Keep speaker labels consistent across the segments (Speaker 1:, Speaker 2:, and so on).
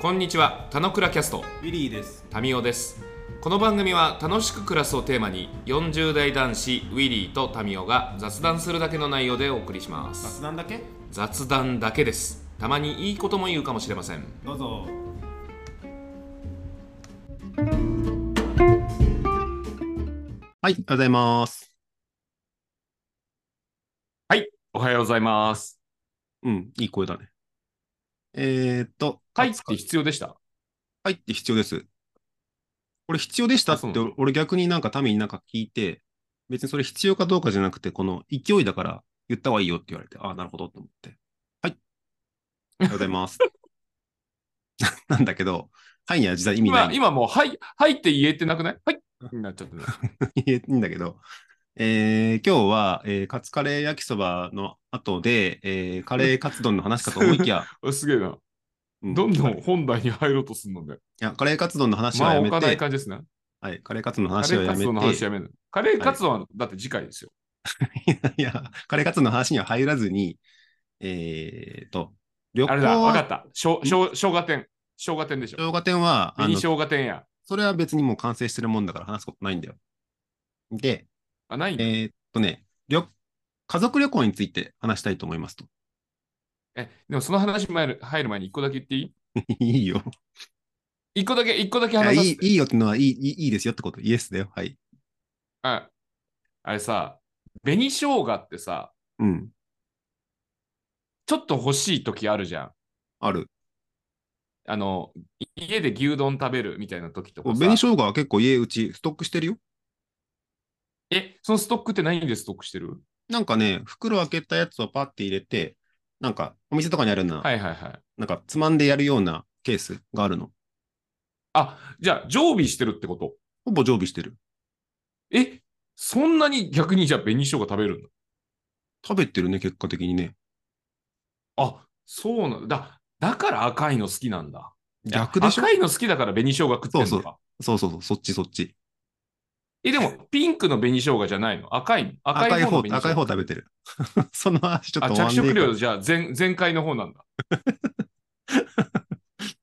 Speaker 1: こんにちは、たのくらキャスト、
Speaker 2: ウィリーです。
Speaker 1: タミオです。この番組は楽しく暮らすをテーマに、40代男子ウィリーとタミオが雑談するだけの内容でお送りします。
Speaker 2: 雑談だけ
Speaker 1: 雑談だけです。たまにいいことも言うかもしれません。
Speaker 2: どうぞ。
Speaker 3: はい、おはようございます。
Speaker 4: おはようございます。
Speaker 3: うん、いい声だね。えー、っと、
Speaker 4: はいって必要でした。
Speaker 3: はいって必要です。これ必要でした
Speaker 4: あ
Speaker 3: っ
Speaker 4: そう
Speaker 3: て
Speaker 4: なの、
Speaker 3: 俺逆になんか民になんか聞いて、別にそれ必要かどうかじゃなくて、この勢いだから言った方がいいよって言われて、ああ、なるほどって思って。はい。おはようございます。なんだけど、はいには実は意味ない
Speaker 4: 今、。今もう、はい、はいって言えてなくないはいになっちゃってる。
Speaker 3: 言えてんだけど、えー今日は、えーカツカレー焼きそばの後で、えーカレーカツ丼の話かと思い きや、
Speaker 4: おすげえな。
Speaker 3: うん
Speaker 4: どんど
Speaker 3: い
Speaker 4: ん本題に入ろうとするので。
Speaker 3: や、カレーカツ丼の話
Speaker 4: ま
Speaker 3: は
Speaker 4: あ、
Speaker 3: や
Speaker 4: 置
Speaker 3: め
Speaker 4: かない
Speaker 3: て、
Speaker 4: 感じですね。
Speaker 3: はい、カレーカツ丼の
Speaker 4: カ
Speaker 3: 話
Speaker 4: レ
Speaker 3: は
Speaker 4: ー
Speaker 3: やめ
Speaker 4: 活
Speaker 3: て、
Speaker 4: 動の話やめる。カレー活動は、だって次回ですよ。
Speaker 3: いや、カレーカツの話には入らずに、えーと、旅行
Speaker 4: あれだ、わか
Speaker 3: は、
Speaker 4: った。しょう、しょう、生姜店。生姜店でしょ。
Speaker 3: 動画展は、あ
Speaker 4: ミニ
Speaker 3: の
Speaker 4: 生姜店や。
Speaker 3: それは別にもう完成してるもんだから話すことないんだよ。で、
Speaker 4: あ、ないんだ
Speaker 3: えーっとね、旅家族旅行について話したいと思いますと。
Speaker 4: え、でもその話前る入る前に一個だけ言っていい
Speaker 3: いいよ。
Speaker 4: 一個だけ、一個だけ
Speaker 3: いや
Speaker 4: 話
Speaker 3: い
Speaker 4: さ
Speaker 3: い
Speaker 4: せて
Speaker 3: いいよってのはいいいいいいですよってこと。イエスだよ。はい。
Speaker 4: ああれさ、紅生姜ってさ、
Speaker 3: うん。
Speaker 4: ちょっと欲しい時あるじゃん。
Speaker 3: ある。
Speaker 4: あの、家で牛丼食べるみたいな時とか
Speaker 3: 紅
Speaker 4: さ。
Speaker 3: 生姜は結構家うちストックしてるよ。
Speaker 4: え、そのストックって何でストックしてる
Speaker 3: なんかね、袋開けたやつをパッて入れて、なんかお店とかにあるような、
Speaker 4: はいはいはい。
Speaker 3: なんかつまんでやるようなケースがあるの。
Speaker 4: あ、じゃあ常備してるってこと。
Speaker 3: ほぼ常備してる。
Speaker 4: え、そんなに逆にじゃあ紅生姜食べるの
Speaker 3: 食べてるね、結果的にね。
Speaker 4: あ、そうなんだ。だから赤いの好きなんだ。
Speaker 3: 逆でしょ
Speaker 4: 赤いの好きだから紅生姜食ってんのか。
Speaker 3: そうそうそうそう、そっちそっち。
Speaker 4: え、でもピンクの紅生姜じゃないの赤い赤
Speaker 3: 赤い
Speaker 4: い
Speaker 3: 方、
Speaker 4: 方の紅生姜
Speaker 3: 赤い方食べてる。 その話ちょっ
Speaker 4: あ、
Speaker 3: と
Speaker 4: 着色料
Speaker 3: 料
Speaker 4: じゃあ全全開の方なんだ。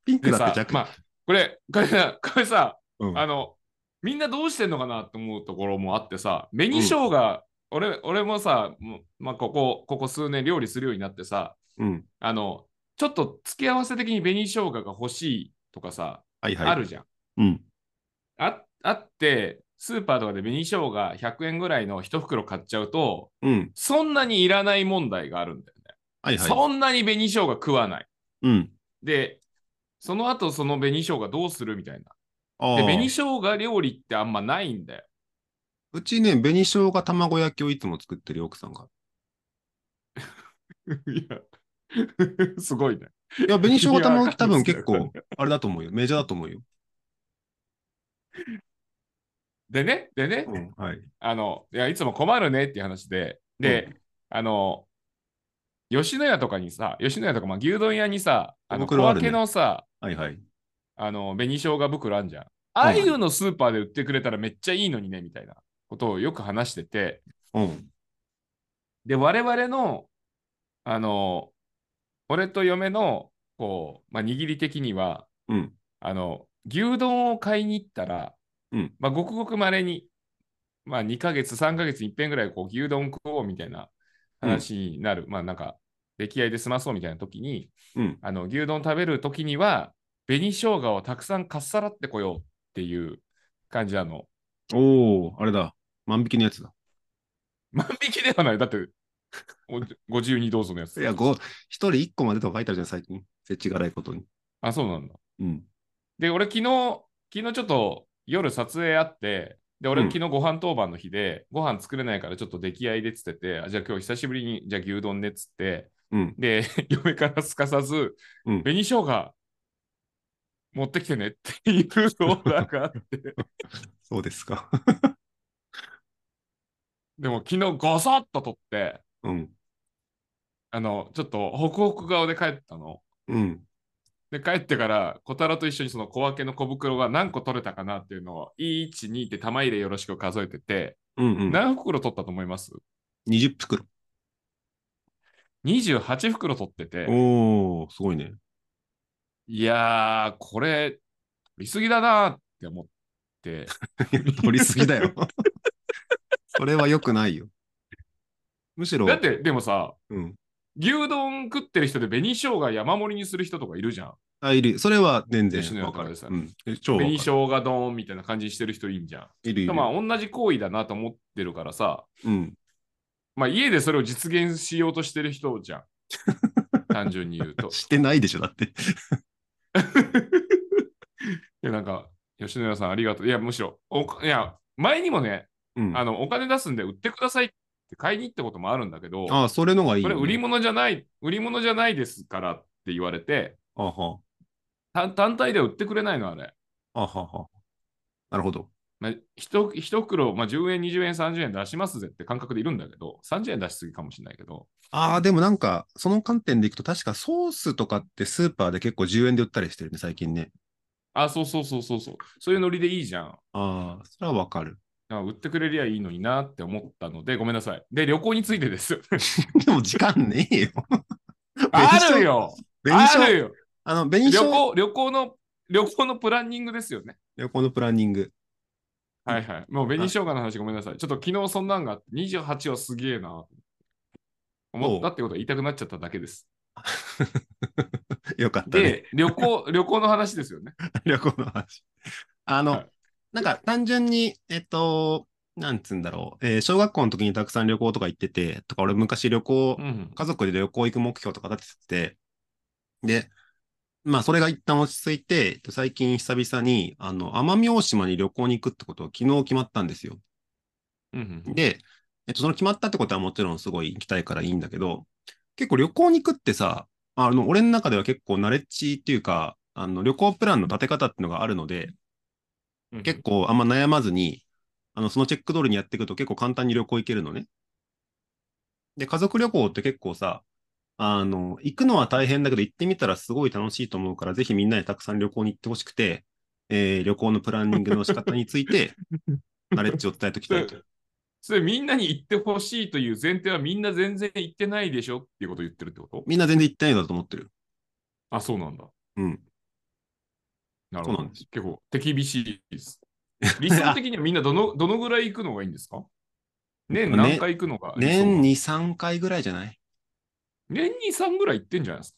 Speaker 3: ピンク
Speaker 4: で
Speaker 3: だっ
Speaker 4: さ
Speaker 3: て、弱、
Speaker 4: まあ、これ、これさ、これさ、
Speaker 3: うん
Speaker 4: あの、みんなどうしてんのかなと思うところもあってさ、紅生姜、俺、俺もさ、もうまあ、ここ、ここ数年料理するようになってさ、
Speaker 3: うん。
Speaker 4: あの、ちょっと付け合わせ的に紅生姜が欲しいとかさ、
Speaker 3: はいはい。
Speaker 4: あるじゃん。
Speaker 3: うん。
Speaker 4: ああって、スーパーとかで紅生姜100円ぐらいの一袋買っちゃうと、
Speaker 3: うん。
Speaker 4: そんなにいらない問題があるんだよね。
Speaker 3: はいはい。
Speaker 4: そんなに紅生姜食わない。
Speaker 3: うん。
Speaker 4: で、その後その紅生姜どうするみたいな。
Speaker 3: あ
Speaker 4: で、
Speaker 3: あ。
Speaker 4: 紅生姜料理ってあんまないんだよ。
Speaker 3: うちね、紅生姜卵焼きをいつも作ってるよ奥さんが。
Speaker 4: いや、 すごいね。
Speaker 3: い や、紅生姜卵焼き多分結
Speaker 4: いや
Speaker 3: 構、あれだと思うよ。メジャーだと思うよ。
Speaker 4: でね、でね、
Speaker 3: うん。はい。
Speaker 4: あの、いや、いつも困るねっていう話で、で、あの、吉野家とかにさ、吉野家とか、まあ、牛丼屋にさ、あの小
Speaker 3: 袋あ
Speaker 4: 分
Speaker 3: るね
Speaker 4: けのさ、
Speaker 3: はいはい。
Speaker 4: あの、紅生姜袋あんじゃん。ああいうのスーパーで売ってくれたらめっちゃいいのにね、みたいなことをよく話してて、
Speaker 3: うん。
Speaker 4: で、我々の、あの、俺と嫁の、こう、まあ、握り的には、
Speaker 3: うん。
Speaker 4: あの、牛丼を買いに行ったら、
Speaker 3: うん
Speaker 4: まあ、ごくごくまれに、まあ、2ヶ月、3ヶ月に一遍ぐらいこう牛丼食おうみたいな話になる、まあ、なんか、出来合いで済まそうみたいな時に、
Speaker 3: うん。
Speaker 4: あの、牛丼食べる時には、紅生姜をたくさんかっさらってこようっていう感じなの。
Speaker 3: おおあれだ。万引きのやつだ。
Speaker 4: 万引きではない。だって、 おご自由にどうぞのやつ。
Speaker 3: いや、ご、一人一個までとか書いてあるじゃん、最近。設置がないことに。
Speaker 4: あ、そうなんだ。
Speaker 3: うん。
Speaker 4: で、俺昨日、昨日ちょっと夜撮影あって、で、俺
Speaker 3: うん
Speaker 4: 昨日ご飯当番の日で、ご飯作れないからちょっと出来合いでっつってて、あじゃあ今日久しぶりに、じゃあ牛丼ねっつって、
Speaker 3: うん。
Speaker 4: で、 嫁からすかさず、
Speaker 3: うん
Speaker 4: 紅生姜持ってきてねっていうオーダー があって、
Speaker 3: そうですか。
Speaker 4: でも昨日ガサッと取って、
Speaker 3: うん。
Speaker 4: あの、ちょっとホクホク顔で帰ったの。
Speaker 3: うん。
Speaker 4: で、帰ってから、小太郎と一緒にその小分けの小袋が何個取れたかなっていうのを、1、2って玉入れよろしく数えてて、
Speaker 3: うんうん。
Speaker 4: 何袋取ったと思います
Speaker 3: 20袋。
Speaker 4: 28袋取ってて、
Speaker 3: おおすごいね。
Speaker 4: いやー、これ、取りすぎだなーって思って、
Speaker 3: 取りすぎだ よ。それは良くないよ。むし ろ、
Speaker 4: だって、でもさ、
Speaker 3: うん。
Speaker 4: 牛丼食ってる人で紅生姜山盛りにする人とかいるじゃん。
Speaker 3: あ、いる。それは全
Speaker 4: 吉
Speaker 3: 然
Speaker 4: 野家
Speaker 3: わ
Speaker 4: と
Speaker 3: か
Speaker 4: か
Speaker 3: る
Speaker 4: で。さ
Speaker 3: うん。超わか
Speaker 4: 紅
Speaker 3: る
Speaker 4: 生姜丼みたいな感じにしてる人いいんじゃん。
Speaker 3: いるいる。
Speaker 4: まあ、同じ行為だなと思ってるからさ、
Speaker 3: うん。
Speaker 4: まあ、家でそれを実現しようとしてる人じゃ ん。単純に言うと。
Speaker 3: してないでしょ、だって。
Speaker 4: いや、なんか、吉野家さんありがとう。いや、むしろ、おいや、前にもね、
Speaker 3: うん。
Speaker 4: あ
Speaker 3: あ
Speaker 4: の、お金出すんで売ってくださいって買いに行ったこともあるんだけど、
Speaker 3: あ、それのがいい
Speaker 4: こ
Speaker 3: よ
Speaker 4: れ
Speaker 3: ね。
Speaker 4: 売り物じゃない、売り物じゃないですからって言われて、
Speaker 3: あは。
Speaker 4: 単単体では売ってくれないの、あれ。
Speaker 3: あはは。なるほど。
Speaker 4: まあ、一一袋、まあ、10円、20円、30円出しますぜって感覚でいるんだけど、30円出しすぎかもしれないけど、
Speaker 3: ああ、でもなんか、その観点でいくと、確かソースとかってスーパーで結構10円で売ったりしてるね、最近ね。
Speaker 4: あ、そうそうそうそうそう、そういうノリでいいじゃん。
Speaker 3: ああ、それはわかる。
Speaker 4: あ売ってくれりゃいいのになって思ったので、ごめんなさい。で、旅行についてです。
Speaker 3: でも時間ねえよ。
Speaker 4: あるよ
Speaker 3: 紅
Speaker 4: ある
Speaker 3: 生姜。
Speaker 4: よ
Speaker 3: あの、紅
Speaker 4: 旅
Speaker 3: 生姜。
Speaker 4: 行旅行の旅行のプランニングですよね。
Speaker 3: 旅行のプランニング。
Speaker 4: はいはい。もう紅生姜の話ごめんなさい。ちょっと昨日そんなんがあって、28はすげえな。思ったってことは言いたくなっちゃっただけです。
Speaker 3: よかったね。
Speaker 4: で、旅行、 旅行の話ですよね。
Speaker 3: 旅行の話。あの、
Speaker 4: はい
Speaker 3: なんか単純に、えっと、なんつうんだろう、えー小学校の時にたくさん旅行とか行ってて、とか俺昔旅行、
Speaker 4: うん。
Speaker 3: 家族で旅行行く目標とか立ててて、で、まあそれが一旦落ち着いて、えっと最近久々に、あの、奄美大島に旅行に行くってことを昨日決まったんですよ。
Speaker 4: うん
Speaker 3: で、えっと、その決まったってことはもちろんすごい行きたいからいいんだけど、結構旅行に行くってさ、あの、俺の中では結構ナレッジっていうか、あの、旅行プランの立て方っていうのがあるので、
Speaker 4: うん
Speaker 3: 結構あんま悩まずに、あの、そのチェック通りにやっていくと結構簡単に旅行行けるのね。で、家族旅行って結構さ、あの、行くのは大変だけど、行ってみたらすごい楽しいと思うから、ぜひみんなにたくさん旅行に行ってほしくて、えー旅行のプランニングの仕方について、ナレッジを伝えておきたいと。
Speaker 4: それみんなに行ってほしいという前提はみんな全然行ってないでしょっていうことを言ってるってこと
Speaker 3: みんな全然行ってないんだと思ってる。
Speaker 4: あ、そうなんだ。
Speaker 3: うん。
Speaker 4: なるほ
Speaker 3: そう
Speaker 4: ど。
Speaker 3: なんで
Speaker 4: 結構手厳しい です。理想的にはみんなどのどのぐらい行くのがいいんですか年
Speaker 3: ね
Speaker 4: 何回行くのが理想
Speaker 3: 年に3回ぐらいじゃない
Speaker 4: 年に3ぐらい行ってんじゃないですか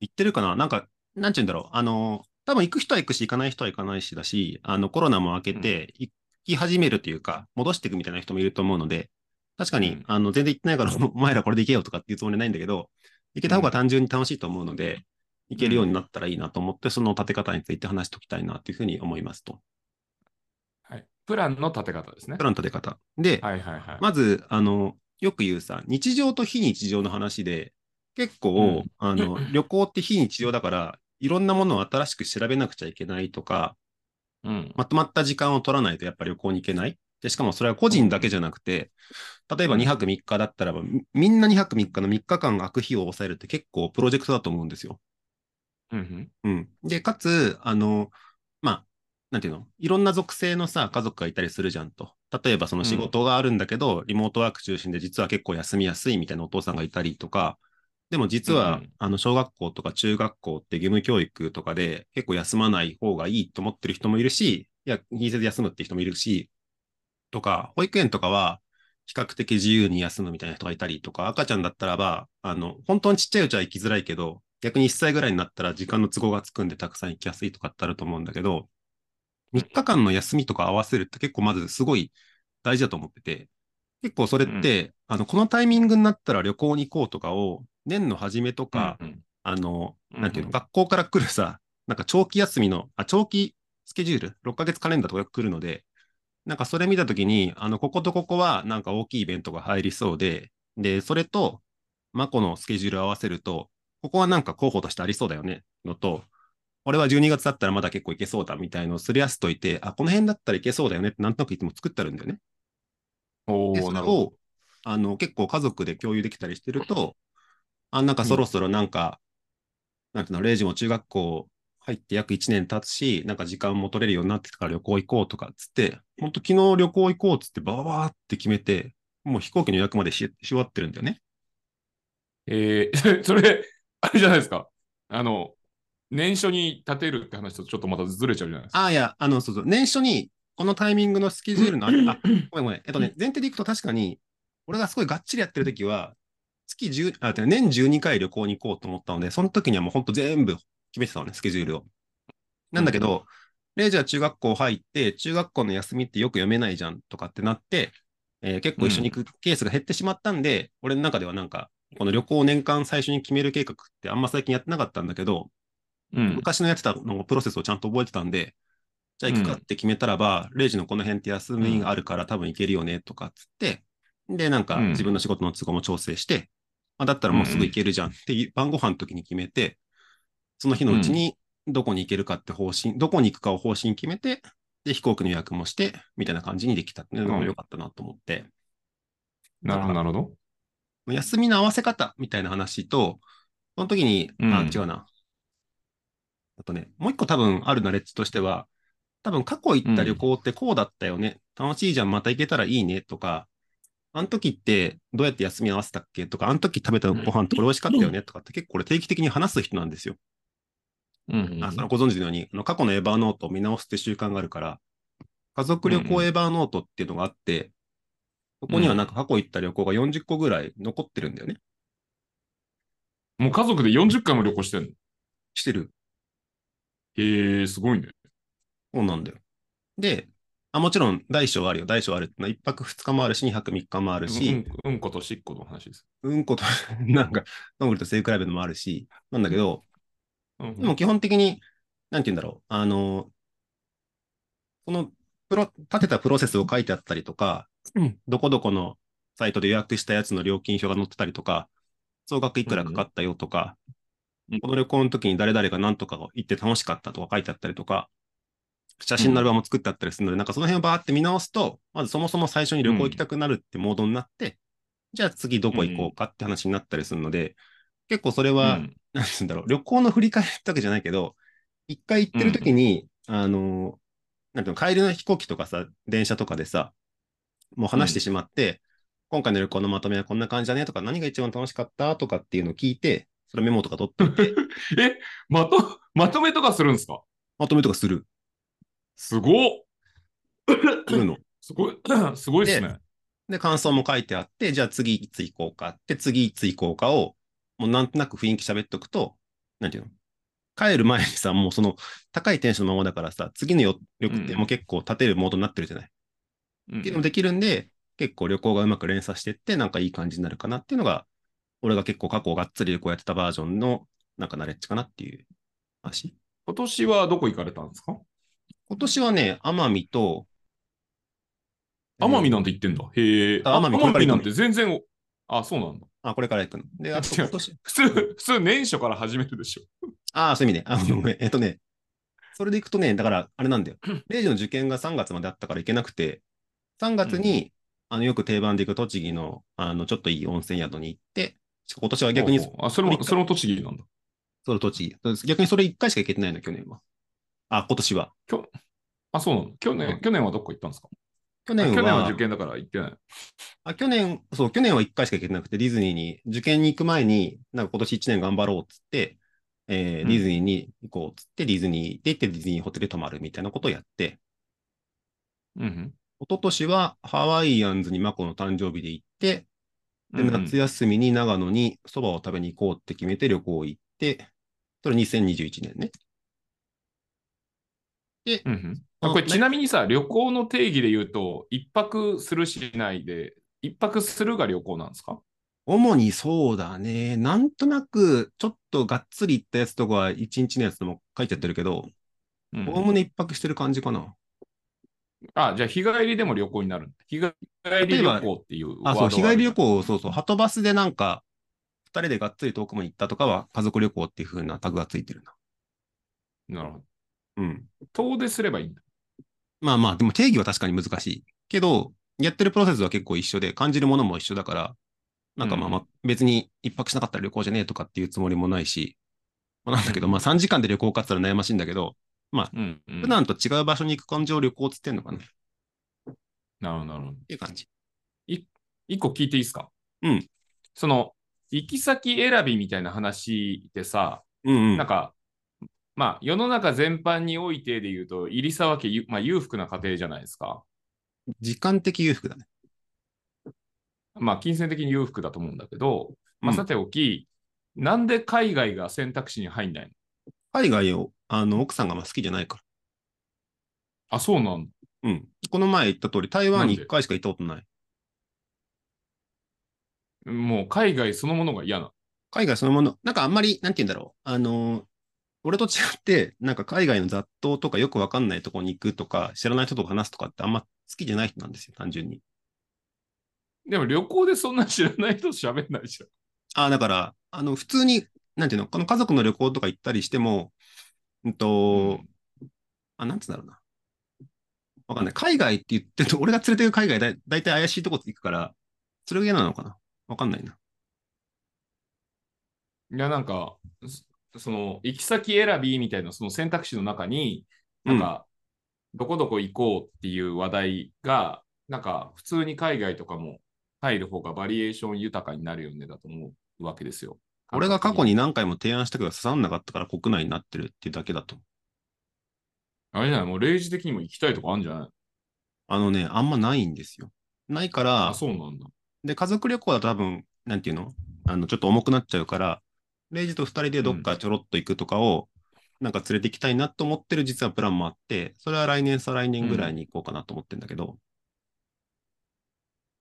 Speaker 3: 行ってるかななんか、なんて言うんだろう。あの、多分行く人は行くし、行かない人は行かないしだし、あの、コロナも明けて、行き始めるというか、戻していくみたいな人もいると思うので、確かに、
Speaker 4: うん
Speaker 3: あの、全然行ってないから、 お前らこれで行けよとかっていうつもりはないんだけど、行けた方が単純に楽しいと思うので、行けるようになったらいいなと思って、その立て方について話しておきたいなというふうに思いますと。
Speaker 4: はい。プランの立て方ですね
Speaker 3: プ。ランの立て方。で、
Speaker 4: はいはいはい。
Speaker 3: まず、あの、よく言うさ、日常と非日常の話で、結構、
Speaker 4: う
Speaker 3: あの、旅行って非日常だから、いろんなものを新しく調べなくちゃいけないとか、
Speaker 4: うん。
Speaker 3: まとまった時間を取らないとやっぱ旅行に行けない。で、しかもそれは個人だけじゃなくて、例えば2泊3日だったらば、みみんな2泊3日の3日間が空く日を抑えるって結構プロジェクトだと思うんですよ。
Speaker 4: うんうん
Speaker 3: うん。で、かつ、あの、まあ、なんていうのいろんな属性のさ、家族がいたりするじゃんと。例えば、その仕事があるんだけど、リモートワーク中心で実は結構休みやすいみたいなお父さんがいたりとか、でも実は、
Speaker 4: うんうん
Speaker 3: あの、小学校とか中学校って義務教育とかで結構休まない方がいいと思ってる人もいるし、いや、気にせず休むって人もいるし、とか、保育園とかは比較的自由に休むみたいな人がいたりとか、赤ちゃんだったらば、あの、本当にちっちゃいうちは行きづらいけど、逆に1歳ぐらいになったら時間の都合がつくんでたくさん行きやすいとかってあると思うんだけど、3日間の休みとか合わせるって結構まずすごい大事だと思ってて、結構それって、あの、このタイミングになったら旅行に行こうとかを、年の初めとか、
Speaker 4: うんうん
Speaker 3: あの、
Speaker 4: うんうん
Speaker 3: なんていうの、学校から来るさ、なんか長期休みの、あ、長期スケジュール、6ヶ月カレンダーとかよく来るので、なんかそれ見たときに、あの、こことここはなんか大きいイベントが入りそうで、で、それと、マコのスケジュールを合わせると、ここはなんか候補としてありそうだよね、のと、俺は12月だったらまだ結構いけそうだみたいのをすり合わせといて、あ、この辺だったらいけそうだよねってなんとなくいつも作ってあるんだよね。
Speaker 4: お
Speaker 3: で
Speaker 4: ー
Speaker 3: それ
Speaker 4: なるほ
Speaker 3: をあの結構家族で共有できたりしてると、あなんかそろそろなんか、なんていうの、レイジも中学校入って約1年経つし、なんか時間も取れるようになってきたから旅行行こうとかっつって、本当昨日旅行行こうっつってバババーって決めて、もう飛行機の予約までしし終わってるんだよね。
Speaker 4: ど。えー、それ、あれじゃないですか。あの、年初に立てるって話とちょっとまたずれちゃうじゃないですか。
Speaker 3: あ、いや、あの、そうそう、年初に、このタイミングのスケジュールのあ、あ、ごめんごめん。えっとね、前提でいくと確かに、俺がすごいがっちりやってる時は、月10、あ、てか年12回旅行に行こうと思ったので、その時にはもうほんと全部決めてたのね、スケジュールを。なんだけど、レジャー中学校入って、中学校の休みってよく読めないじゃんとかってなって、えー結構一緒に行くケースが減ってしまったんで、俺の中ではなんか、この旅行を年間最初に決める計画ってあんま最近やってなかったんだけど、
Speaker 4: うん。
Speaker 3: 昔のやってたのプロセスをちゃんと覚えてたんで、じゃあ行くかって決めたらば、0時のこの辺って休みがあるから多分行けるよねとかっつって、で、なんか
Speaker 4: うん
Speaker 3: 自分の仕事の都合も調整して、まあ、だったらもうすぐ行けるじゃんっていう晩ご飯の時に決めて、その日のうちにどこに行けるかって方針、どこに行くかを方針決めて、で、飛行機の予約もして、みたいな感じにできたっていうのも良かったなと思って、
Speaker 4: なるほど、なるほど。
Speaker 3: 休みの合わせ方みたいな話と、その時に、あ、
Speaker 4: うん
Speaker 3: 違うな。あとね、もう一個多分あるナレッジとしては、多分過去行った旅行ってこうだったよね。楽しいじゃん、また行けたらいいねとか、あの時ってどうやって休み合わせたっけとか、あの時食べたご飯ってこれ美味しかったよねとかって結構これ定期的に話す人なんですよ。
Speaker 4: うん
Speaker 3: あそのご存知のように、あの過去のエバーノートを見直すって習慣があるから、家族旅
Speaker 4: うんう
Speaker 3: 行
Speaker 4: ん
Speaker 3: エバーノートっていうのがあって、そこにはなんか過去行った旅行が40個ぐらい残ってるんだよね。
Speaker 4: もう家族で40回も旅行してんの。
Speaker 3: してる。
Speaker 4: へえ、すごいね。
Speaker 3: そうなんだよ。で、あもちろん大小あるよ。大小あるってのは1泊2日もあるし、2泊3日もあるし、
Speaker 4: うん、うんことしっことの話です。
Speaker 3: うん、こと、 なんか、どんぐりと背比べのもあるし、なんだけど、
Speaker 4: うん
Speaker 3: でも基本的に、なんて言うんだろう、あの、このプロ、立てたプロセスを書いてあったりとか、
Speaker 4: うん
Speaker 3: どこどこのサイトで予約したやつの料金表が載ってたりとか、総額いくらかかったよとか、
Speaker 4: うん
Speaker 3: この旅行の時に誰々が何とか行って楽しかったとか書いてあったりとか、写真のアルバムを作ってあったりするので、なんかその辺をバーって見直すと、まずそもそも最初に旅行行きたくなるってモードになって、じゃあ次どこ行こうかって話になったりするので、結構それは、
Speaker 4: うん
Speaker 3: なんつうんだろう、旅行の振り返りってわけじゃないけど、一回行ってる時に、あの、なんていうの、帰りの飛行機とかさ、電車とかでさ、もう話してしまって、今回の旅行のまとめはこんな感じだねとか、何が一番楽しかったとかっていうのを聞いて、それメモとか取っとい て、
Speaker 4: え、まと、まとめとかするんですか
Speaker 3: まとめとかする、
Speaker 4: すごっ
Speaker 3: するの。
Speaker 4: すごい、 すごいですね。
Speaker 3: で、感想も書いてあって、じゃあ次いつ行こうかって、次いつ行こうかを、もうなんとなく雰囲気喋っとくと、なんていうの帰る前にさ、もうその高いテンションのままだからさ、次の予力ってもう結構立てるモードになってるじゃない。
Speaker 4: うん
Speaker 3: っていうのもできるんで、結構旅行がうまく連鎖してって、なんかいい感じになるかなっていうのが、俺が結構過去がっつり旅行やってたバージョンの、なんかナレッジかなっていう話。
Speaker 4: 今年はどこ行かれたんですか
Speaker 3: 今年はね、奄美と、
Speaker 4: 奄美
Speaker 3: の
Speaker 4: なんて言ってんだ。へえ。
Speaker 3: あ
Speaker 4: あ
Speaker 3: 奄美こ
Speaker 4: 奄
Speaker 3: れから
Speaker 4: 美
Speaker 3: 行
Speaker 4: な
Speaker 3: くの
Speaker 4: んて全然お、あ、そうなんだ。
Speaker 3: あ、これから行くの。で、あと今年。
Speaker 4: 普通、普通年初から始めるでしょ。
Speaker 3: ああ、そういう意味ね。あ、ごめん。えっとね、それで行くとね、だから、あれなんだよ。0時の受験が3月まであったから行けなくて、3月に、あの、よく定番で行く栃木の、あの、ちょっといい温泉宿に行って、今年は逆に
Speaker 4: ほうほうあ、それも、それも栃木なんだ。
Speaker 3: その土地。そうです逆にそれ1回しか行けてないの、去年は。あ、今年は。
Speaker 4: あ、そうなの。去年、去年はどこ行ったんですか
Speaker 3: 去
Speaker 4: あ
Speaker 3: 年
Speaker 4: 去
Speaker 3: は、
Speaker 4: 年は受験だから行ってない。
Speaker 3: あ去年、そう、去年は1回しか行けてなくて、ディズニーに、受験に行く前に、なんか今年1年頑張ろうっつって、えー
Speaker 4: うん
Speaker 3: ディズニーに行こうっつって、ディズニーで行って、ディズニーホテルで泊まるみたいなことをやって、
Speaker 4: うん
Speaker 3: 一昨年はハワイアンズにマコの誕生日で行って、
Speaker 4: うん。
Speaker 3: で、
Speaker 4: うんうん
Speaker 3: 夏休みに長野に蕎麦を食べに行こうって決めて旅行行って、それ2021年ね。
Speaker 4: うんうんあこれ
Speaker 3: ね
Speaker 4: ちなみにさ、旅行の定義で言うと、一泊するしないで、一泊するが旅行なんですか
Speaker 3: 主にそうだね。なんとなく、ちょっとがっつり行ったやつとかは、1日のやつとも書いちゃってるけど、
Speaker 4: う
Speaker 3: おお
Speaker 4: ん、
Speaker 3: むね一泊してる感じかな。
Speaker 4: あ、じゃあ日帰りでも旅行になる。日帰り旅行っていうワ
Speaker 3: あ、
Speaker 4: ード
Speaker 3: そう、
Speaker 4: が
Speaker 3: 日帰り旅行を、そうそう、はとバスでなんか、2人でがっつり遠くまで行ったとかは、家族旅行っていう風なタグがついてるな。
Speaker 4: なるほど。
Speaker 3: うん。
Speaker 4: 遠出すればいいんだ。
Speaker 3: まあまあ、でも定義は確かに難しい。けど、やってるプロセスは結構一緒で、感じるものも一緒だから、なんかまあまあ、別に一泊しなかったら旅行じゃねえとかっていうつもりもないし、まあなんだけど、まあ3時間で旅行かって言ったら悩ましいんだけど、
Speaker 4: うん、うん。
Speaker 3: 普段と違う場所に行く感じを旅行っつってんのかなって
Speaker 4: なるほど、なるほど。
Speaker 3: いう感じ。
Speaker 4: 一個聞いていいですか
Speaker 3: うん。
Speaker 4: その、行き先選びみたいな話でさ、
Speaker 3: うんうん。
Speaker 4: なんか、まあ、世の中全般においてで言うと、入沢家、ゆまあ、裕福な家庭じゃないですか。
Speaker 3: 時間的裕福だね。
Speaker 4: まあ、金銭的に裕福だと思うんだけど、ま
Speaker 3: う
Speaker 4: あ、
Speaker 3: ん
Speaker 4: さておき、なんで海外が選択肢に入んないの
Speaker 3: 海外を、あの、奥さんがあんま好きじゃないか
Speaker 4: あ、そうなの
Speaker 3: ら。うん。この前言った通り、台湾に1回しか行ったことない。
Speaker 4: もう海外そのものが嫌な
Speaker 3: 海外そのもの、なんかあんまり、なんて言うんだろう。あのー、俺と違って、なんか海外の雑踏とかよくわかんないとこに行くとか、知らない人と話すとかってあんま好きじゃない人なんですよ、単純に。
Speaker 4: の。でも旅行でそんな知らない人と喋んないじゃん。
Speaker 3: ああ、だから、あの、普通に、なんていうの、この家族の旅行とか行ったりしても、うんと、あ、なんつうんだろうな。わかんない。海外って言ってると、俺が連れてる海外だ、だいたい怪しいとこ行くから、それが嫌なのかなわかんないな。
Speaker 4: いや、なんか、そその、行き先選びみたいな、その選択肢の中に、
Speaker 3: う
Speaker 4: なん
Speaker 3: ん。
Speaker 4: か、どこどこ行こうっていう話題が、なんか、普通に海外とかも入る方がバリエーション豊かになるよねだと思うわけですよ。
Speaker 3: 俺が過去に何回も提案したけど刺さんなかったから国内になってるっていうだけだと。
Speaker 4: あれじゃない、もう0時的にも行きたいとかあるんじゃない
Speaker 3: あのね、あんまないんですよ。ないから
Speaker 4: あ、、そうなんだ。
Speaker 3: で、家族旅行だと多分、なんていうのあの、ちょっと重くなっちゃうから、レイジと二人でどっかちょろっと行くとかを、なんか連れて行きたいなと思ってる実はプランもあって、それは来年、再来年ぐらいに行こうかなと思ってんだけど、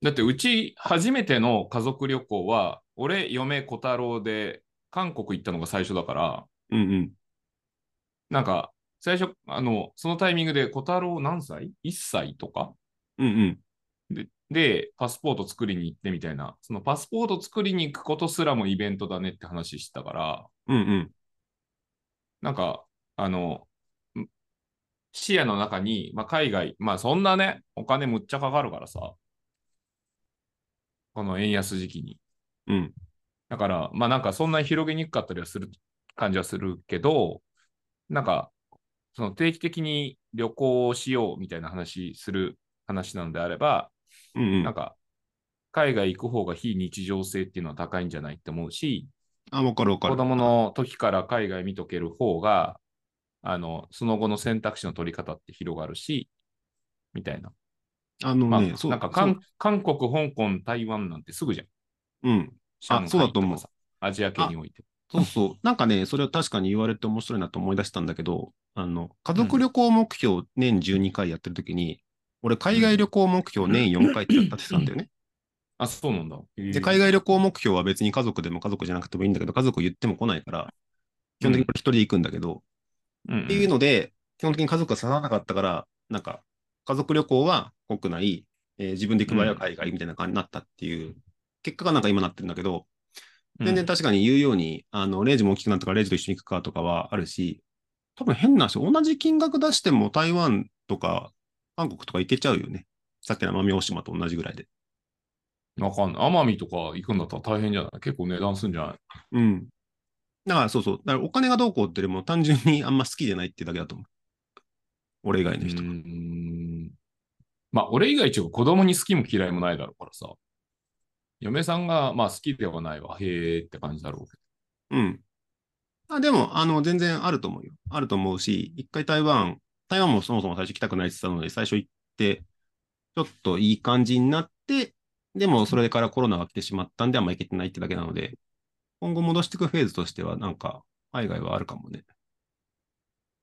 Speaker 4: だって、うち初めての家族旅行は、俺、嫁、小太郎で、韓国行ったのが最初だから、
Speaker 3: うんうん。
Speaker 4: なんか、最初、あの、そのタイミングで、小太郎何歳 ?1 歳とか
Speaker 3: うんうん。
Speaker 4: でで、パスポート作りに行ってみたいな、そのパスポート作りに行くことすらもイベントだねって話してたから、
Speaker 3: うんうん。
Speaker 4: なんか、あの、ん視野の中に、まあ、海外、まあそんなね、お金むっちゃかかるからさ、この円安時期に。
Speaker 3: うん。
Speaker 4: だから、まあなんかそんなに広げにくかったりはする感じはするけど、なんか、その定期的に旅行をしようみたいな話する話なのであれば、
Speaker 3: うんう
Speaker 4: なん
Speaker 3: ん。
Speaker 4: か、海外行く方が非日常性っていうのは高いんじゃないって思うし、
Speaker 3: あ、わかるわかる。
Speaker 4: 子供の時から海外見とける方が、あの、その後の選択肢の取り方って広がるし、みたいな。
Speaker 3: あの
Speaker 4: まあ、
Speaker 3: ね、そう。
Speaker 4: なんか
Speaker 3: そう
Speaker 4: 韓、韓国、香港、台湾なんてすぐじゃん。
Speaker 3: うん。
Speaker 4: 上海
Speaker 3: そうだと思う
Speaker 4: かさ。アジア圏において。
Speaker 3: そ うそう。なんかね、それは確かに言われて面白いなと思い出したんだけど、あの、家族旅行目標年12回やってるときに、俺、海外旅行目標年4回ってやったって言ってたんだよね。
Speaker 4: あ、そうなんだ。へえ
Speaker 3: で、海外旅行目標は別に家族でも家族じゃなくてもいいんだけど、家族言っても来ないから、基本的に俺一人で行くんだけ
Speaker 4: う
Speaker 3: ど、
Speaker 4: んうん
Speaker 3: っていうので、基本的に家族が刺さらなかったから、なんか、家族旅行は国内、えー自分で行く場合は海外みたいな感じになったっていう、結果がなんか今なってるんだけど、
Speaker 4: うん
Speaker 3: 全然確かに言うように、あの、レイジも大きくなったからレイジと一緒に行くかとかはあるし、多分変な話、同じ金額出しても台湾とか韓国とか行けちゃうよね。さっきの奄美大島と同じぐらいで。
Speaker 4: わかんない。奄美とか行くんだったら大変じゃない結構値段すんじゃない
Speaker 3: うん。だからそうそう。だからお金がどうこうってよりも単純にあんま好きじゃないってだけだと思う。俺以外の人
Speaker 4: う
Speaker 3: が。
Speaker 4: ん。まあ、俺以外一応子供に好きも嫌いもないだろうからさ。嫁さんが、まあ、好きではないわ。へえって感じだろうけ
Speaker 3: うん。あでも、あの、全然あると思うよ。あると思うし、一回台湾、台湾もそもそも最初来たくないって言ってたので、最初行って、ちょっといい感じになって、でもそれからコロナが来てしまったんで、あんま行けてないってだけなので、今後戻していくフェーズとしては、なんか、海外はあるかもね。
Speaker 4: ど。い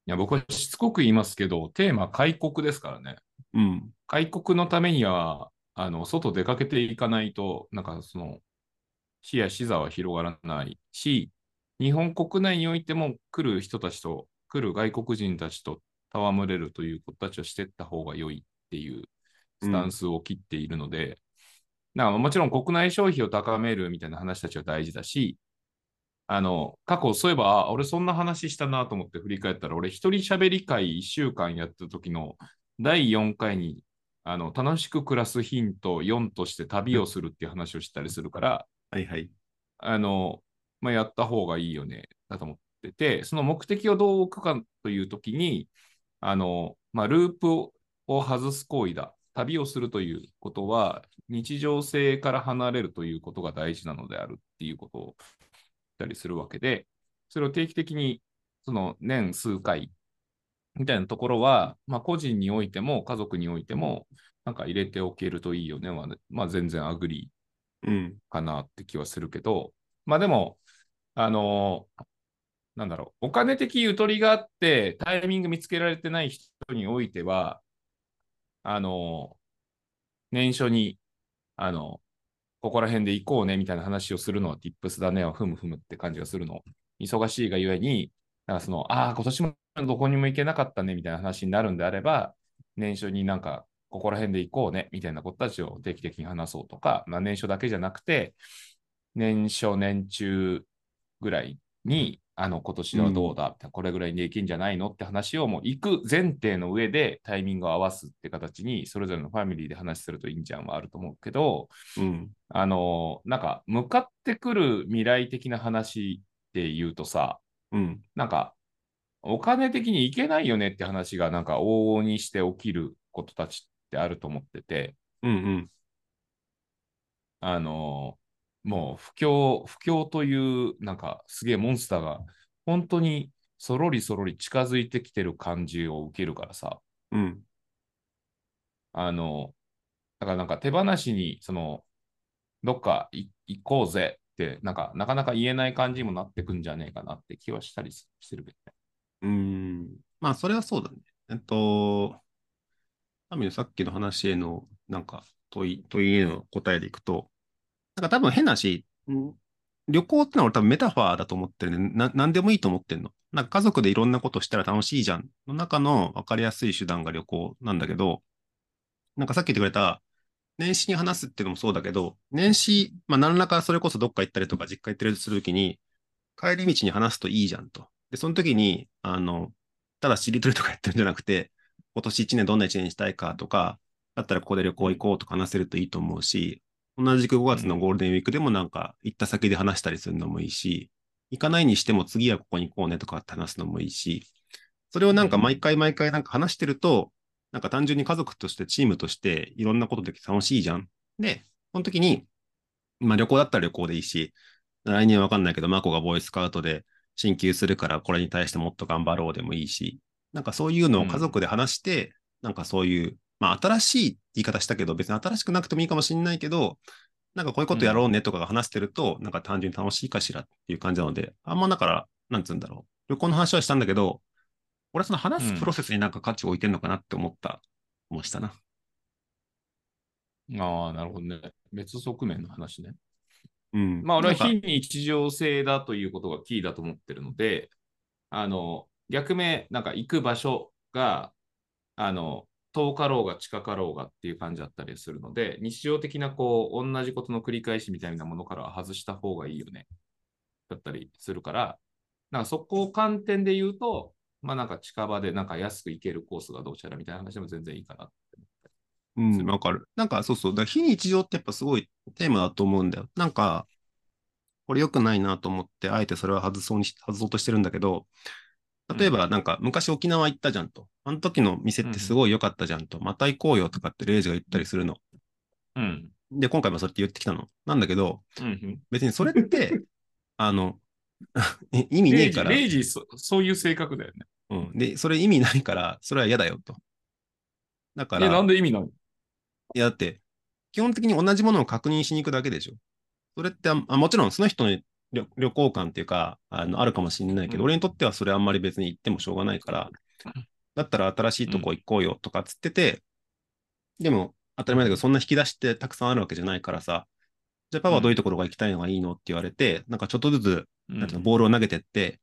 Speaker 4: や、僕はしつこく言いますけど、テーマ、開国ですからね。
Speaker 3: うん。
Speaker 4: 開国のためには、あの、外出かけていかないと、なんかその、視野、視座は広がらないし、日本国内においても来る人たちと、来る外国人たちと戯れるという子たちをしていった方が良いっていうスタンスを切っているので、なんかもちろん国内消費を高めるみたいな話たちは大事だし、あの、過去、そういえば、あ俺そんな話したなと思って振り返ったら、俺一人喋り会1週間やった時の第4回にあの楽しく暮らすヒント4として旅をするっていう話をしたりするから、
Speaker 3: はいはい。
Speaker 4: あのまあ、やった方がいいよねだと思ってて、その目的をどう置くかというときに、あのまあ、ループをを外す行為だ、旅をするということは、日常性から離れるということが大事なのであるっていうことを言ったりするわけで、それを定期的にその年数回みたいなところは、まあ、個人においても家族においても、なんか入れておけるといいよねは、まあ、全然アグリ
Speaker 3: うん。
Speaker 4: ーかなって気はするけど、まあでも、あのなんだろう、お金的ゆとりがあって、タイミング見つけられてない人においては、あの年初に、あのここら辺で行こうねみたいな話をするのは tips だねはふむふむって感じがするの。忙しいがゆえに、なんかその、ああ、今年もどこにも行けなかったねみたいな話になるんであれば、年初になんか、ここら辺で行こうねみたいなことたちを定期的に話そうとか、まあ、年初だけじゃなくて、年初、年中ぐらいに、あの、今年はどうだ、みたいなこれぐらいにできんじゃないのって話をもう行く前提の上でタイミングを合わすって形に、それぞれのファミリーで話するといいんじゃんはあると思うけど、
Speaker 3: うん。
Speaker 4: あの、なんか、向かってくる未来的な話っていうとさ、
Speaker 3: うん。
Speaker 4: なんか、お金的にいけないよねって話が、なんか、往々にして起きることたちってあると思ってて、
Speaker 3: うん。
Speaker 4: あのーもう、不況、不況という、なんか、すげえモンスターが、本当に、そろりそろり近づいてきてる感じを受けるからさ、
Speaker 3: うん。
Speaker 4: あの、だからなんか手放しに、その、どっかい行こうぜって、なんか、なかなか言えない感じにもなってくんじゃねえかなって気はしたりししてるけどね。
Speaker 3: うん。まあ、それはそうだね。えっと、アミのさっきの話への、なんか、問い、問いへの答えでいくと、なんか多分変な話、うん旅行ってのは俺多分メタファーだと思ってるね。な、なんでもいいと思ってんの。なんか家族でいろんなことしたら楽しいじゃん。の中の分かりやすい手段が旅行なんだけど、なんかさっき言ってくれた、年始に話すっていうのもそうだけど、年始、まあ何らかそれこそどっか行ったりとか実家行ったりするときに、帰り道に話すといいじゃんと。で、その時に、あの、ただしりとりとかやってるんじゃなくて、今年1年どんな1年にしたいかとか、だったらここで旅行行こうとか話せるといいと思うし、同じく5月のゴールデンウィークでもなんか行った先で話したりするのもいいし、行かないにしても次はここに行こうねとかって話すのもいいし、それをなんか毎回毎回なんか話してると、なんか単純に家族としてチームとしていろんなことできて楽しいじゃん。で、その時に、まあ旅行だったら旅行でいいし、来年わかんないけど、マコがボーイスカウトで進級するからこれに対してもっと頑張ろうでもいいし、なんかそういうのを家族で話して、なんかそういう、まあ新しい言い方したけど、別に新しくなくてもいいかもしれないけど、なんかこういうことやろうねとかが話してると、なんか単純に楽しいかしらっていう感じなので、あんまだから、なんつうんだろう。旅行の話はしたんだけど、俺はその話すプロセスになんか価値を置いてるのかなって思った、もしたな。
Speaker 4: ああ、なるほどね。別側面の話ね。
Speaker 3: うん。
Speaker 4: まあ、俺は
Speaker 3: なんか
Speaker 4: 非日常性だということがキーだと思ってるので、あの、逆名、なんか行く場所が、あの、遠かろうが近かろうがっていう感じだったりするので、日常的なこう、同じことの繰り返しみたいなものからは外した方がいいよね、だったりするから、なんかそこを観点で言うと、まあなんか近場でなんか安く行けるコースがどうしたらみたいな話でも全然いいかなって思ったり
Speaker 3: うん、わかる。なんかそうそう。だから非日常ってやっぱすごいテーマだと思うんだよ。なんか、これ良くないなと思って、あえてそれは外そうにし、外そうとしてるんだけど、例えばなんか昔沖縄行ったじゃんと。あの時の店ってすごい良かったじゃんと。また行こうよとかってレイジが言ったりするの。
Speaker 4: うん。
Speaker 3: で、今回もそうやって言ってきたの。なんだけど、
Speaker 4: うん。
Speaker 3: 別にそれって、 あの、 え意味ね
Speaker 4: レ
Speaker 3: え
Speaker 4: イジ
Speaker 3: から。
Speaker 4: レイジそ、そういう性格だよね。
Speaker 3: うん。で、それ意味ないから、それは嫌だよと。だから、
Speaker 4: え、なんで意味ない
Speaker 3: いや、だって、基本的に同じものを確認しに行くだけでしょ。それってあん、あもちろんその人の旅旅行感っていうか、あの、あるかもしれないけ
Speaker 4: う
Speaker 3: ど、
Speaker 4: ん
Speaker 3: 俺にとってはそれあんまり別に行ってもしょうがないから、だったら新しいとこ行こうよとかっつってて、でも、当たり前だけど、そんな引き出しってたくさんあるわけじゃないからさ、じゃあパパはどういうところが行きたいのがいいのって言われて、なんかちょっとずつ、
Speaker 4: うん
Speaker 3: なんていうのボールを投げてって、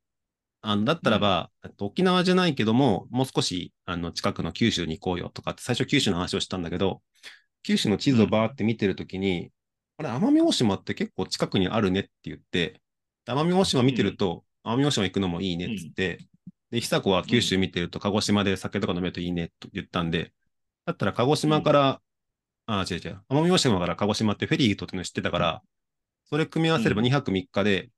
Speaker 3: あのだったらば、えっと沖縄じゃないけども、もう少しあの近くの九州に行こうよとかって、最初九州の話をしたんだけど、九州の地図をバーって見てるときに、あれ、奄美大島って結構近くにあるねって言って、で奄美大島見てると、奄美大島行くのもいいねっつって、で、久子は九州見てると、鹿児島で酒とか飲めるといいねと言ったんで、だったら鹿児島から、あ、違う違う、奄美大島から鹿児島ってフェリーとっての知ってたから、それ組み合わせれば
Speaker 4: うん
Speaker 3: 2泊3日で、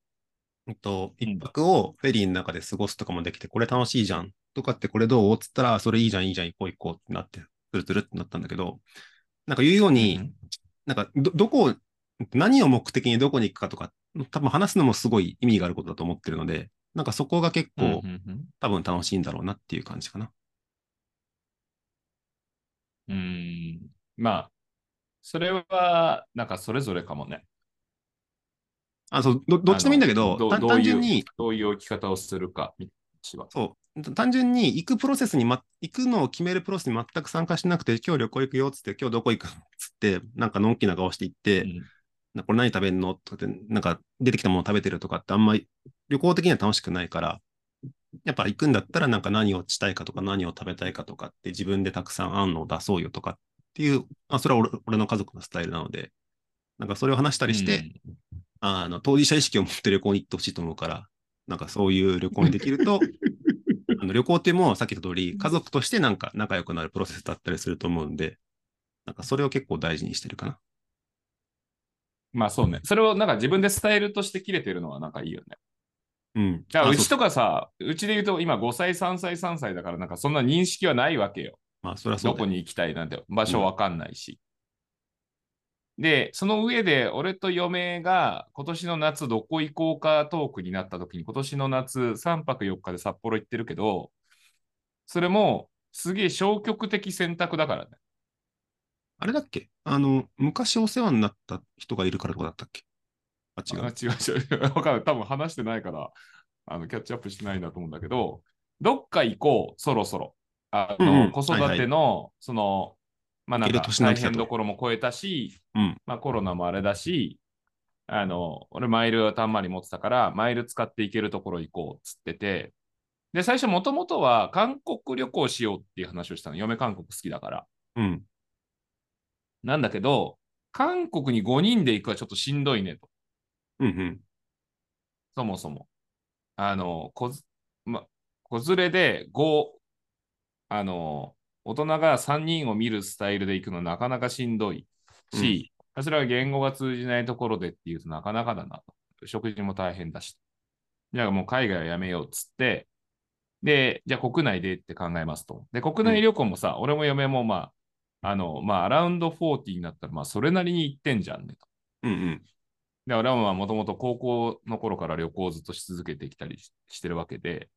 Speaker 3: えっと、
Speaker 4: うん
Speaker 3: 1泊をフェリーの中で過ごすとかもできて、これ楽しいじゃん。とかってこれどうっつったら、それいいじゃん、いいじゃん、行こう行こうってなって、ずるずるってなったんだけど、なんか言うように、なんかど、どこを、何を目的にどこに行くかとか、多分話すのもすごい意味があることだと思ってるので、なんかそこが結構、
Speaker 4: うんうん
Speaker 3: 多分楽しいんだろうなっていう感じかな。
Speaker 4: うん、うんまあ、それは、なんかそれぞれかもね。
Speaker 3: あ、そう、どどっちでもいいんだけど、
Speaker 4: あの
Speaker 3: 単
Speaker 4: どう
Speaker 3: 単
Speaker 4: い
Speaker 3: 純
Speaker 4: う
Speaker 3: に、
Speaker 4: どういう置き方をするか、道は。
Speaker 3: そう、た単純に行くプロセスに、ま、行くのを決めるプロセスに全く参加しなくて、今日旅行行くよっつって、今日どこ行くっつって、なんかのんきな顔して行って、
Speaker 4: うん
Speaker 3: なこれ何食べんのとかって、なんか出てきたもの食べてるとかって、あんまり旅行的には楽しくないから、やっぱ行くんだったら、なんか何をしたいかとか、何を食べたいかとかって、自分でたくさん案を出そうよとかっていう、あそれは俺俺の家族のスタイルなので、なんかそれを話したりして、あの、当事者意識を持って旅行に行ってほしいと思うから、なんかそういう旅行にできると、 あの旅行っていうものはさっき言った通り、家族としてなんか仲良くなるプロセスだったりすると思うんで、なんかそれを結構大事にしてるかな。
Speaker 4: まあそうね。それをなんか自分でスタイルとして切れてるのはなんかいいよね。
Speaker 3: うん。
Speaker 4: じゃあ
Speaker 3: あ
Speaker 4: う
Speaker 3: そう
Speaker 4: ちとかさ、うちで言うと今5歳、3歳、3歳だからなんかそんな認識はないわけよ。
Speaker 3: まあ、それはそう
Speaker 4: ど
Speaker 3: だ
Speaker 4: こ
Speaker 3: よ
Speaker 4: に行きたいなんて場所わかんないし。で、その上で俺と嫁が今年の夏どこ行こうかトークになった時に今年の夏3泊4日で札幌行ってるけど、それもすげえ消極的選択だからね。
Speaker 3: あれだっけあの、昔お世話になった人がいるからとかだったっけあ、違
Speaker 4: あ
Speaker 3: う。
Speaker 4: 違う違 う。わかんない。多分話してないから、あの、キャッチアップしてないんだと思うんだけど、どっか行こう、そろそろ。あの、
Speaker 3: うんうん
Speaker 4: 子育
Speaker 3: はいは
Speaker 4: て
Speaker 3: い
Speaker 4: の、その、まあなん
Speaker 3: 行け
Speaker 4: か
Speaker 3: る年の
Speaker 4: 大
Speaker 3: 来たと
Speaker 4: 変どころも超えたし、
Speaker 3: うん
Speaker 4: まあコロナもあれだし、あの、俺マイルをたんまり持ってたから、マイル使って行けるところ行こうっつってて、で、最初もともとは韓国旅行しようっていう話をしたの。嫁韓国好きだから。
Speaker 3: うん。
Speaker 4: なんだけど、韓国に5人で行くはちょっとしんどいねと。
Speaker 3: うんうん。
Speaker 4: そもそも。あの、子ず、ま、子連れで5、あの、大人が3人を見るスタイルで行くのなかなかしんどいし、それは言語が通じないところでっていうとなかなかだなと。食事も大変だし。じゃあもう海外はやめようっつって、で、じゃあ国内でって考えますと。で、国内旅行もさ、俺も嫁もまあ、あの、まあ、アラウンド40になったら、まあ、それなりに行ってんじゃんねと。
Speaker 3: うんうん。
Speaker 4: で、俺はもともと高校の頃から旅行をずっとし続けてきたりししてるわけで、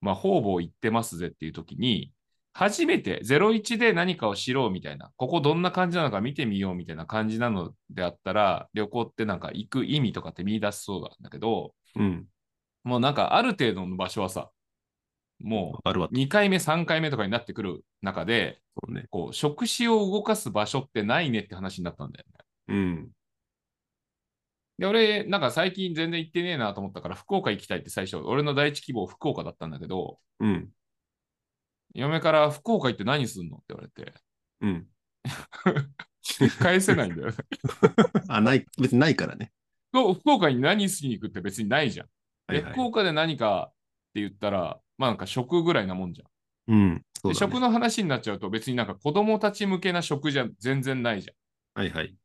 Speaker 4: まあ、方々行ってますぜっていう時に、初めて01で何かを知ろうみたいな、ここどんな感じなのか見てみようみたいな感じなのであったら、旅行ってなんか行く意味とかって見出しそうなんだけど、
Speaker 3: うん。
Speaker 4: もうなんかある程度の場所はさ、
Speaker 3: わ
Speaker 4: も
Speaker 3: かるわ。
Speaker 4: う2回目、3回目とかになってくる中で、
Speaker 3: そうね。
Speaker 4: こう、触手を動かす場所ってないねって話になったんだよね。
Speaker 3: うん。
Speaker 4: で、俺、なんか最近全然行ってねえなと思ったから、福岡行きたいって最初、俺の第一希望福岡だったんだけど、
Speaker 3: うん。
Speaker 4: 嫁から福岡行って何すんのって言われて、
Speaker 3: うん。
Speaker 4: 返せないん だよね。
Speaker 3: あ、ない、別にないからね。
Speaker 4: 福福岡に何しに行くって別にないじゃん。
Speaker 3: はい
Speaker 4: で
Speaker 3: はい
Speaker 4: 福。岡で何かって言ったら、まあなんか食ぐらいなもんじゃん。
Speaker 3: うん。そう
Speaker 4: で
Speaker 3: だね
Speaker 4: 食の話になっちゃうと別になんか子供たち向けな食じゃ全然ないじゃ
Speaker 3: はいはい。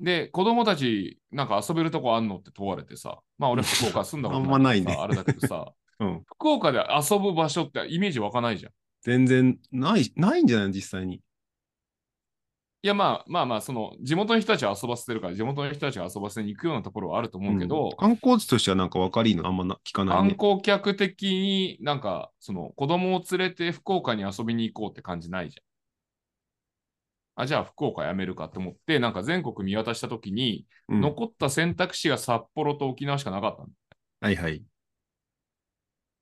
Speaker 4: ん。で、子供たちなんか遊べるとこあんのって問われてさ、まあ俺福岡住んだこと
Speaker 3: あんまない
Speaker 4: か
Speaker 3: ね
Speaker 4: らさあれだけどさ、
Speaker 3: うん。
Speaker 4: 福岡で遊ぶ場所ってイメージ湧かないじゃん。
Speaker 3: 全然ない、ないんじゃない実際に。
Speaker 4: いやまあまあまあ、その地元の人たちは遊ばせてるから、地元の人たちが遊ばせに行くようなところはあると思うけど
Speaker 3: ん、観光地としてはなんか分かりいいのあんまな聞かない
Speaker 4: 観
Speaker 3: ね。
Speaker 4: 光客的になんか、その子供を連れて福岡に遊びに行こうって感じないじゃん。あ、じゃあ福岡やめるかと思って、なんか全国見渡したときに、
Speaker 3: うん
Speaker 4: 残った選択肢が札幌と沖縄しかなかったの
Speaker 3: はいはい。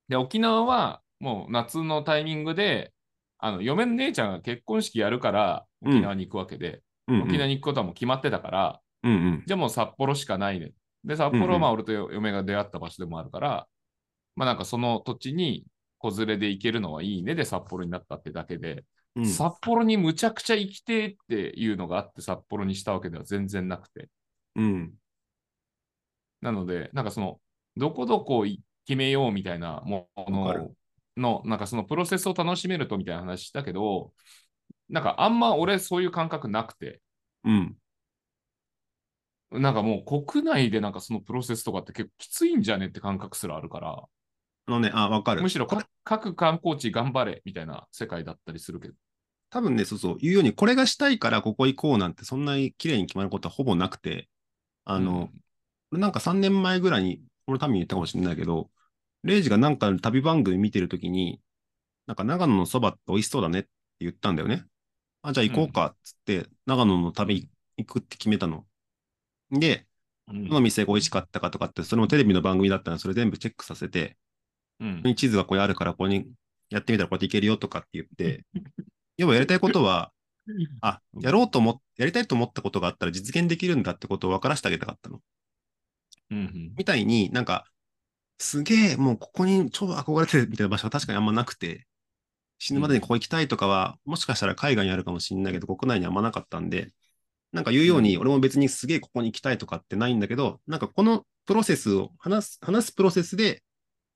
Speaker 4: で、沖縄はもう夏のタイミングで、あの嫁の姉ちゃんが結婚式やるから沖縄に行くわけで、
Speaker 3: うんうん
Speaker 4: 沖縄に行くことはもう決まってたから、
Speaker 3: うんうん。
Speaker 4: じゃあもう札幌しかないね。で、札
Speaker 3: うん
Speaker 4: 幌
Speaker 3: う
Speaker 4: は
Speaker 3: ん
Speaker 4: まあ俺と嫁が出会った場所でもあるから、まあなんかその土地に子連れで行けるのはいいねで札幌になったってだけで、
Speaker 3: うん
Speaker 4: 札幌にむちゃくちゃ行きてえっていうのがあって札幌にしたわけでは全然なくて。
Speaker 3: うん。
Speaker 4: なので、なんかその、どこどこを決めようみたいなも
Speaker 3: わかる
Speaker 4: のの、なんかそのプロセスを楽しめるとみたいな話だけど、なんかあんま俺そういう感覚なくて、
Speaker 3: うん。
Speaker 4: なんかもう国内でなんかそのプロセスとかって結構きついんじゃねって感覚すらあるから、
Speaker 3: あのね、あ、分かる
Speaker 4: む。しろか各観光地頑張れみたいな世界だったりするけど。
Speaker 3: 多分ね、そうそう、言うように、これがしたいからここ行こうなんて、そんなに綺麗に決まることはほぼなくて、あの、
Speaker 4: うん
Speaker 3: 俺なんか3年前ぐらいにこれ多分言ったかもしれないけど、レイジがなんか旅番組見てるときに、なんか長野のそばって美味しそうだねって言ったんだよね。あ、じゃあ行こうかっつって、長野の旅行くって決めたの。で、
Speaker 4: うん
Speaker 3: どの店が美味しかったかとかって、それもテレビの番組だったらそれ全部チェックさせて、
Speaker 4: うん
Speaker 3: ここに地図がこれあるから、ここにやってみたらこうやっていけるよとかって言 って、要はやりたいことは、あ、やろうと思っ、やりたいと思ったことがあったら実現できるんだってことを分からせてあげたかったの。
Speaker 4: うん
Speaker 3: みたいになんか、すげえ、もうここに超憧れてるみたいな場所は確かにあんまなくて、死ぬまでにここ行きたいとかは、もしかしたら海外にあるかもしれないけど、国内にあんまなかったんで、なんか言うように、俺も別にすげえここに行きたいとかってないんだけど、なんかこのプロセスを、話す、話すプロセスで、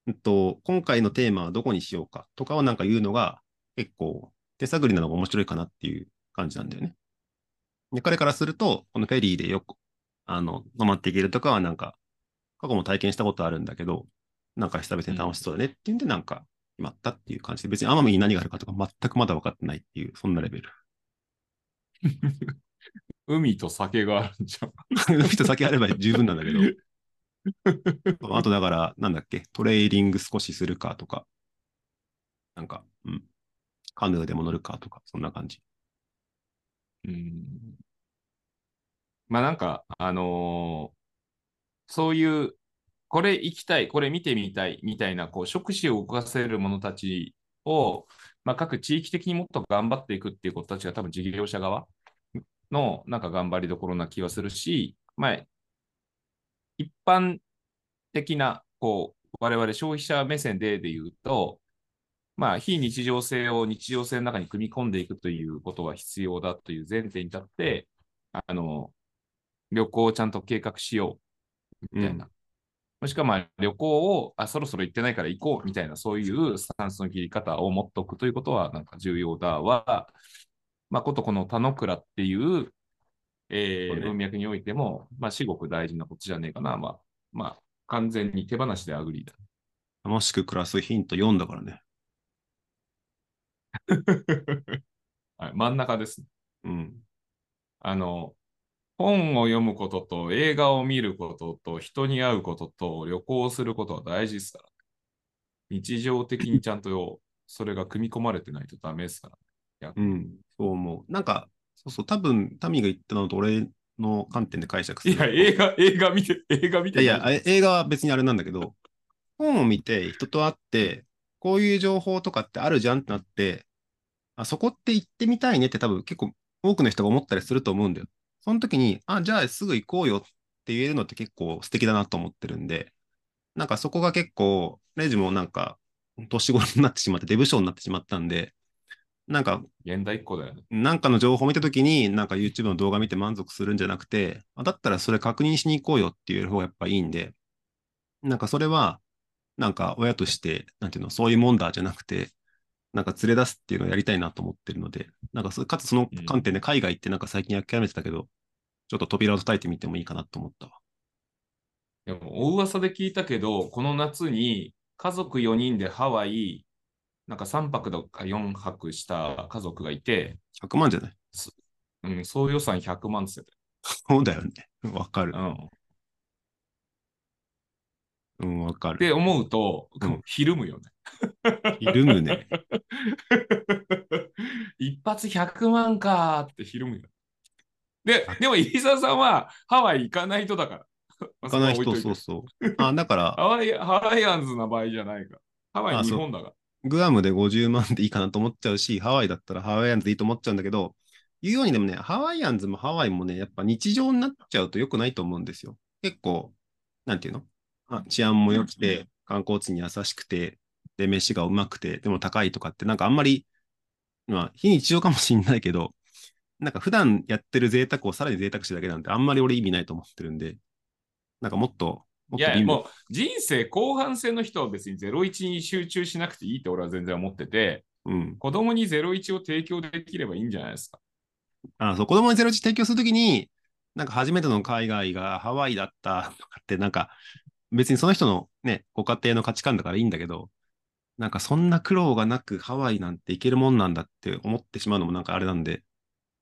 Speaker 3: うんと、今回のテーマはどこにしようかとかはなんか言うのが、結構手探りなのが面白いかなっていう感じなんだよね。で、彼からすると、このフェリーでよく、あの、泊まっていけるとかはなんか、過去も体験したことあるんだけど、なんか久々に楽しそうだねっていうんで、なんか、決まったっていう感じで、別に奄美に何があるかとか全くまだ分かってないっていう、そんなレベル。
Speaker 4: うん、海と酒があるんじゃん。
Speaker 3: 人先あれば 十分なんだけど。 あとだから、なんだっけ、トレーリング少しするかとか、なんか、うん、カヌーでも乗るかとか、そんな感じ。
Speaker 4: うんまあなんか、あのーそういう、これ行きたい、これ見てみたいみたいな、こう、触手を動かせる者たちを、まあ各地域的にもっと頑張っていくっていう子たちが多分事業者側のなんか頑張りどころな気はするし、まあ、一般的な、こう、我々消費者目線でで言うと、まあ、非日常性を日常性の中に組み込んでいくということは必要だという前提に立って、あの、旅行をちゃんと計画しようみたいな。もしくはまあ旅行をあそろそろ行ってないから行こうみたいなそういうスタンスの切り方を持っておくということはなんか重要だは、まあ、ことこの田野倉っていう、えー
Speaker 3: そうね
Speaker 4: 文脈においても、まあ、至極大事なことじゃねえかな。まあ、まあ、完全に手放しでアグリーだ。
Speaker 3: 楽しく暮らすヒント4だからね。
Speaker 4: はい、真ん中ですね。
Speaker 3: うん。
Speaker 4: あの、本を読むことと映画を見ることと人に会うことと旅行することは大事ですから。日常的にちゃんとそれが組み込まれてないとダメですから。
Speaker 3: うん。そう思う。なんか、そうそう、多分、タミが言ったのと俺の観点で解釈す
Speaker 4: い
Speaker 3: る
Speaker 4: や、
Speaker 3: と。
Speaker 4: 映画、映画見て、映画見て
Speaker 3: いやいや、え映画は別にあれなんだけど、本を見て、人と会って、こういう情報とかってあるじゃんってなって、あそこって行ってみたいねって多分結構多くの人が思ったりすると思うんだよ。その時に、あ、じゃあすぐ行こうよって言えるのって結構素敵だなと思ってるんで、なんかそこが結構、レイジもなんか年頃になってしまって、デブ症になってしまったんで、なんか
Speaker 4: 現代っ子だよね。
Speaker 3: なんかの情報を見たときに、なんか YouTube の動画見て満足するんじゃなくて、あだったらそれ確認しに行こうよっていう方がやっぱいいんで、なんかそれは、なんか親として、なんていうの、そういうもんだじゃなくて、なんか連れ出すっていうのをやりたいなと思ってるので、なんかそかつその観点で海外ってなんか最近諦めてたけど、ちょっと扉を叩いてみてもいいかなと思ったわ。
Speaker 4: でも、大噂で聞いたけど、この夏に家族4人でハワイ、なんか3泊とか4泊した家族がいて、
Speaker 3: 100万じゃない
Speaker 4: うん、総予算100万っつって
Speaker 3: そうだよね。わかる
Speaker 4: た。。うん。
Speaker 3: うん、わか
Speaker 4: っ
Speaker 3: る。
Speaker 4: て思うと、
Speaker 3: うん
Speaker 4: ひるむよね。
Speaker 3: ひるむね。
Speaker 4: 一発100万かーってひるむよ。で、でも、飯沢さんはハワイ行かない人だから。
Speaker 3: 行かない人、
Speaker 4: そこ
Speaker 3: そう
Speaker 4: は置とて
Speaker 3: そう。あ、だから、
Speaker 4: ハワイ。ハワイアンズな場合じゃないから。ハワイ
Speaker 3: あ
Speaker 4: 日
Speaker 3: そう
Speaker 4: 本だから。
Speaker 3: グアムで50万でいいかなと思っちゃうし、ハワイだったらハワイアンズでいいと思っちゃうんだけど、言うようにでもね、ハワイアンズもハワイもね、やっぱ日常になっちゃうと良くないと思うんですよ。結構、なんていうのあ治安も良くて、観光地に優しくて、で、飯がうまくて、でも高いとかって、なんかあんまり、まあ、非日常かもしんないけど、なんか普段やってる贅沢をさらに贅沢してるだけなんて、あんまり俺意味ないと思ってるんで、なんかもっと、もっと
Speaker 4: いやい
Speaker 3: 貧
Speaker 4: や、
Speaker 3: 乏
Speaker 4: もう人生後半戦の人は別に01に集中しなくていいって俺は全然思ってて、
Speaker 3: うん。
Speaker 4: 子供に01を提供できればいいんじゃないですか。
Speaker 3: あ、そう、子供にゼロイチ提供するときに、なんか初めての海外がハワイだったとかって、なんか別にその人のね、ご家庭の価値観だからいいんだけど、なんかそんな苦労がなくハワイなんて行けるもんなんだって思ってしまうのもなんかあれなんで、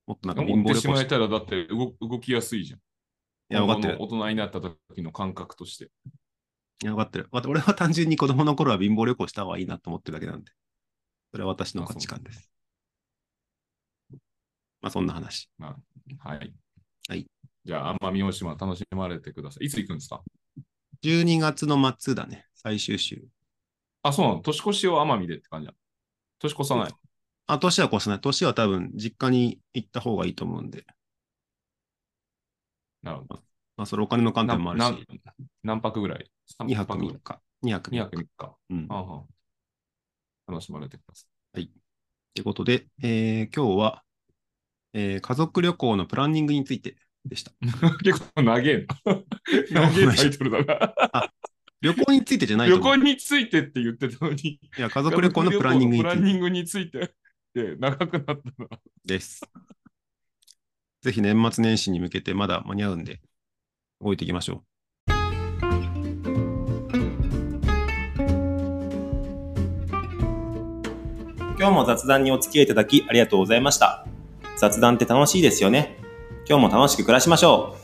Speaker 3: もっとなんか貧
Speaker 4: 思っ
Speaker 3: 乏
Speaker 4: て
Speaker 3: 旅
Speaker 4: し
Speaker 3: 行
Speaker 4: ま
Speaker 3: し
Speaker 4: え
Speaker 3: て。
Speaker 4: たらだって動動きやすいじゃん。
Speaker 3: いや、分かっ
Speaker 4: 今後
Speaker 3: てる。
Speaker 4: の大人になった時の感覚として。
Speaker 3: いや、分かってる。わた俺は単純に子供の頃は貧乏旅行した方がいいなと思ってるだけなんで。それは私の価値観です。まあ、そんな話。
Speaker 4: はい。
Speaker 3: はい。
Speaker 4: じゃあ、奄美大島楽しまれてください。いつ行くんですか
Speaker 3: 12月の末だね。最終週。
Speaker 4: あ、そうなの。年越しを奄美でって感じだ。年越さない。
Speaker 3: あ、年は越さない。年は多分、実家に行った方がいいと思うんで。
Speaker 4: なるほど。
Speaker 3: まあ、それお金の観点もある
Speaker 4: な
Speaker 3: し。
Speaker 4: な何泊ぐらい
Speaker 3: 2泊
Speaker 4: ぐら
Speaker 3: 3
Speaker 4: い。
Speaker 3: 日。2泊
Speaker 4: 2
Speaker 3: 3
Speaker 4: 泊
Speaker 3: 日。
Speaker 4: 3日。
Speaker 3: うん。
Speaker 4: あは楽しまれてくださ
Speaker 3: ということで、えー今日は、えー家族旅行のプランニングについてでした。
Speaker 4: い。 結構長え な。長えタイトルだ
Speaker 3: 旅行についてじゃな
Speaker 4: な。
Speaker 3: いと
Speaker 4: 旅
Speaker 3: 思う
Speaker 4: 行。についてって言ってたのに。
Speaker 3: いや、家族旅行のプランニングに
Speaker 4: プ
Speaker 3: つ
Speaker 4: ラ
Speaker 3: い
Speaker 4: ン
Speaker 3: て
Speaker 4: ニングについて。で、長くなったな。
Speaker 3: です。ぜひ年末年始に向けてまだ間に合うんで、動いていきましょう。
Speaker 2: 今日も雑談にお付き合いいただきありがとうございました。雑談って楽しいですよね。今日も楽しく暮らしましょう。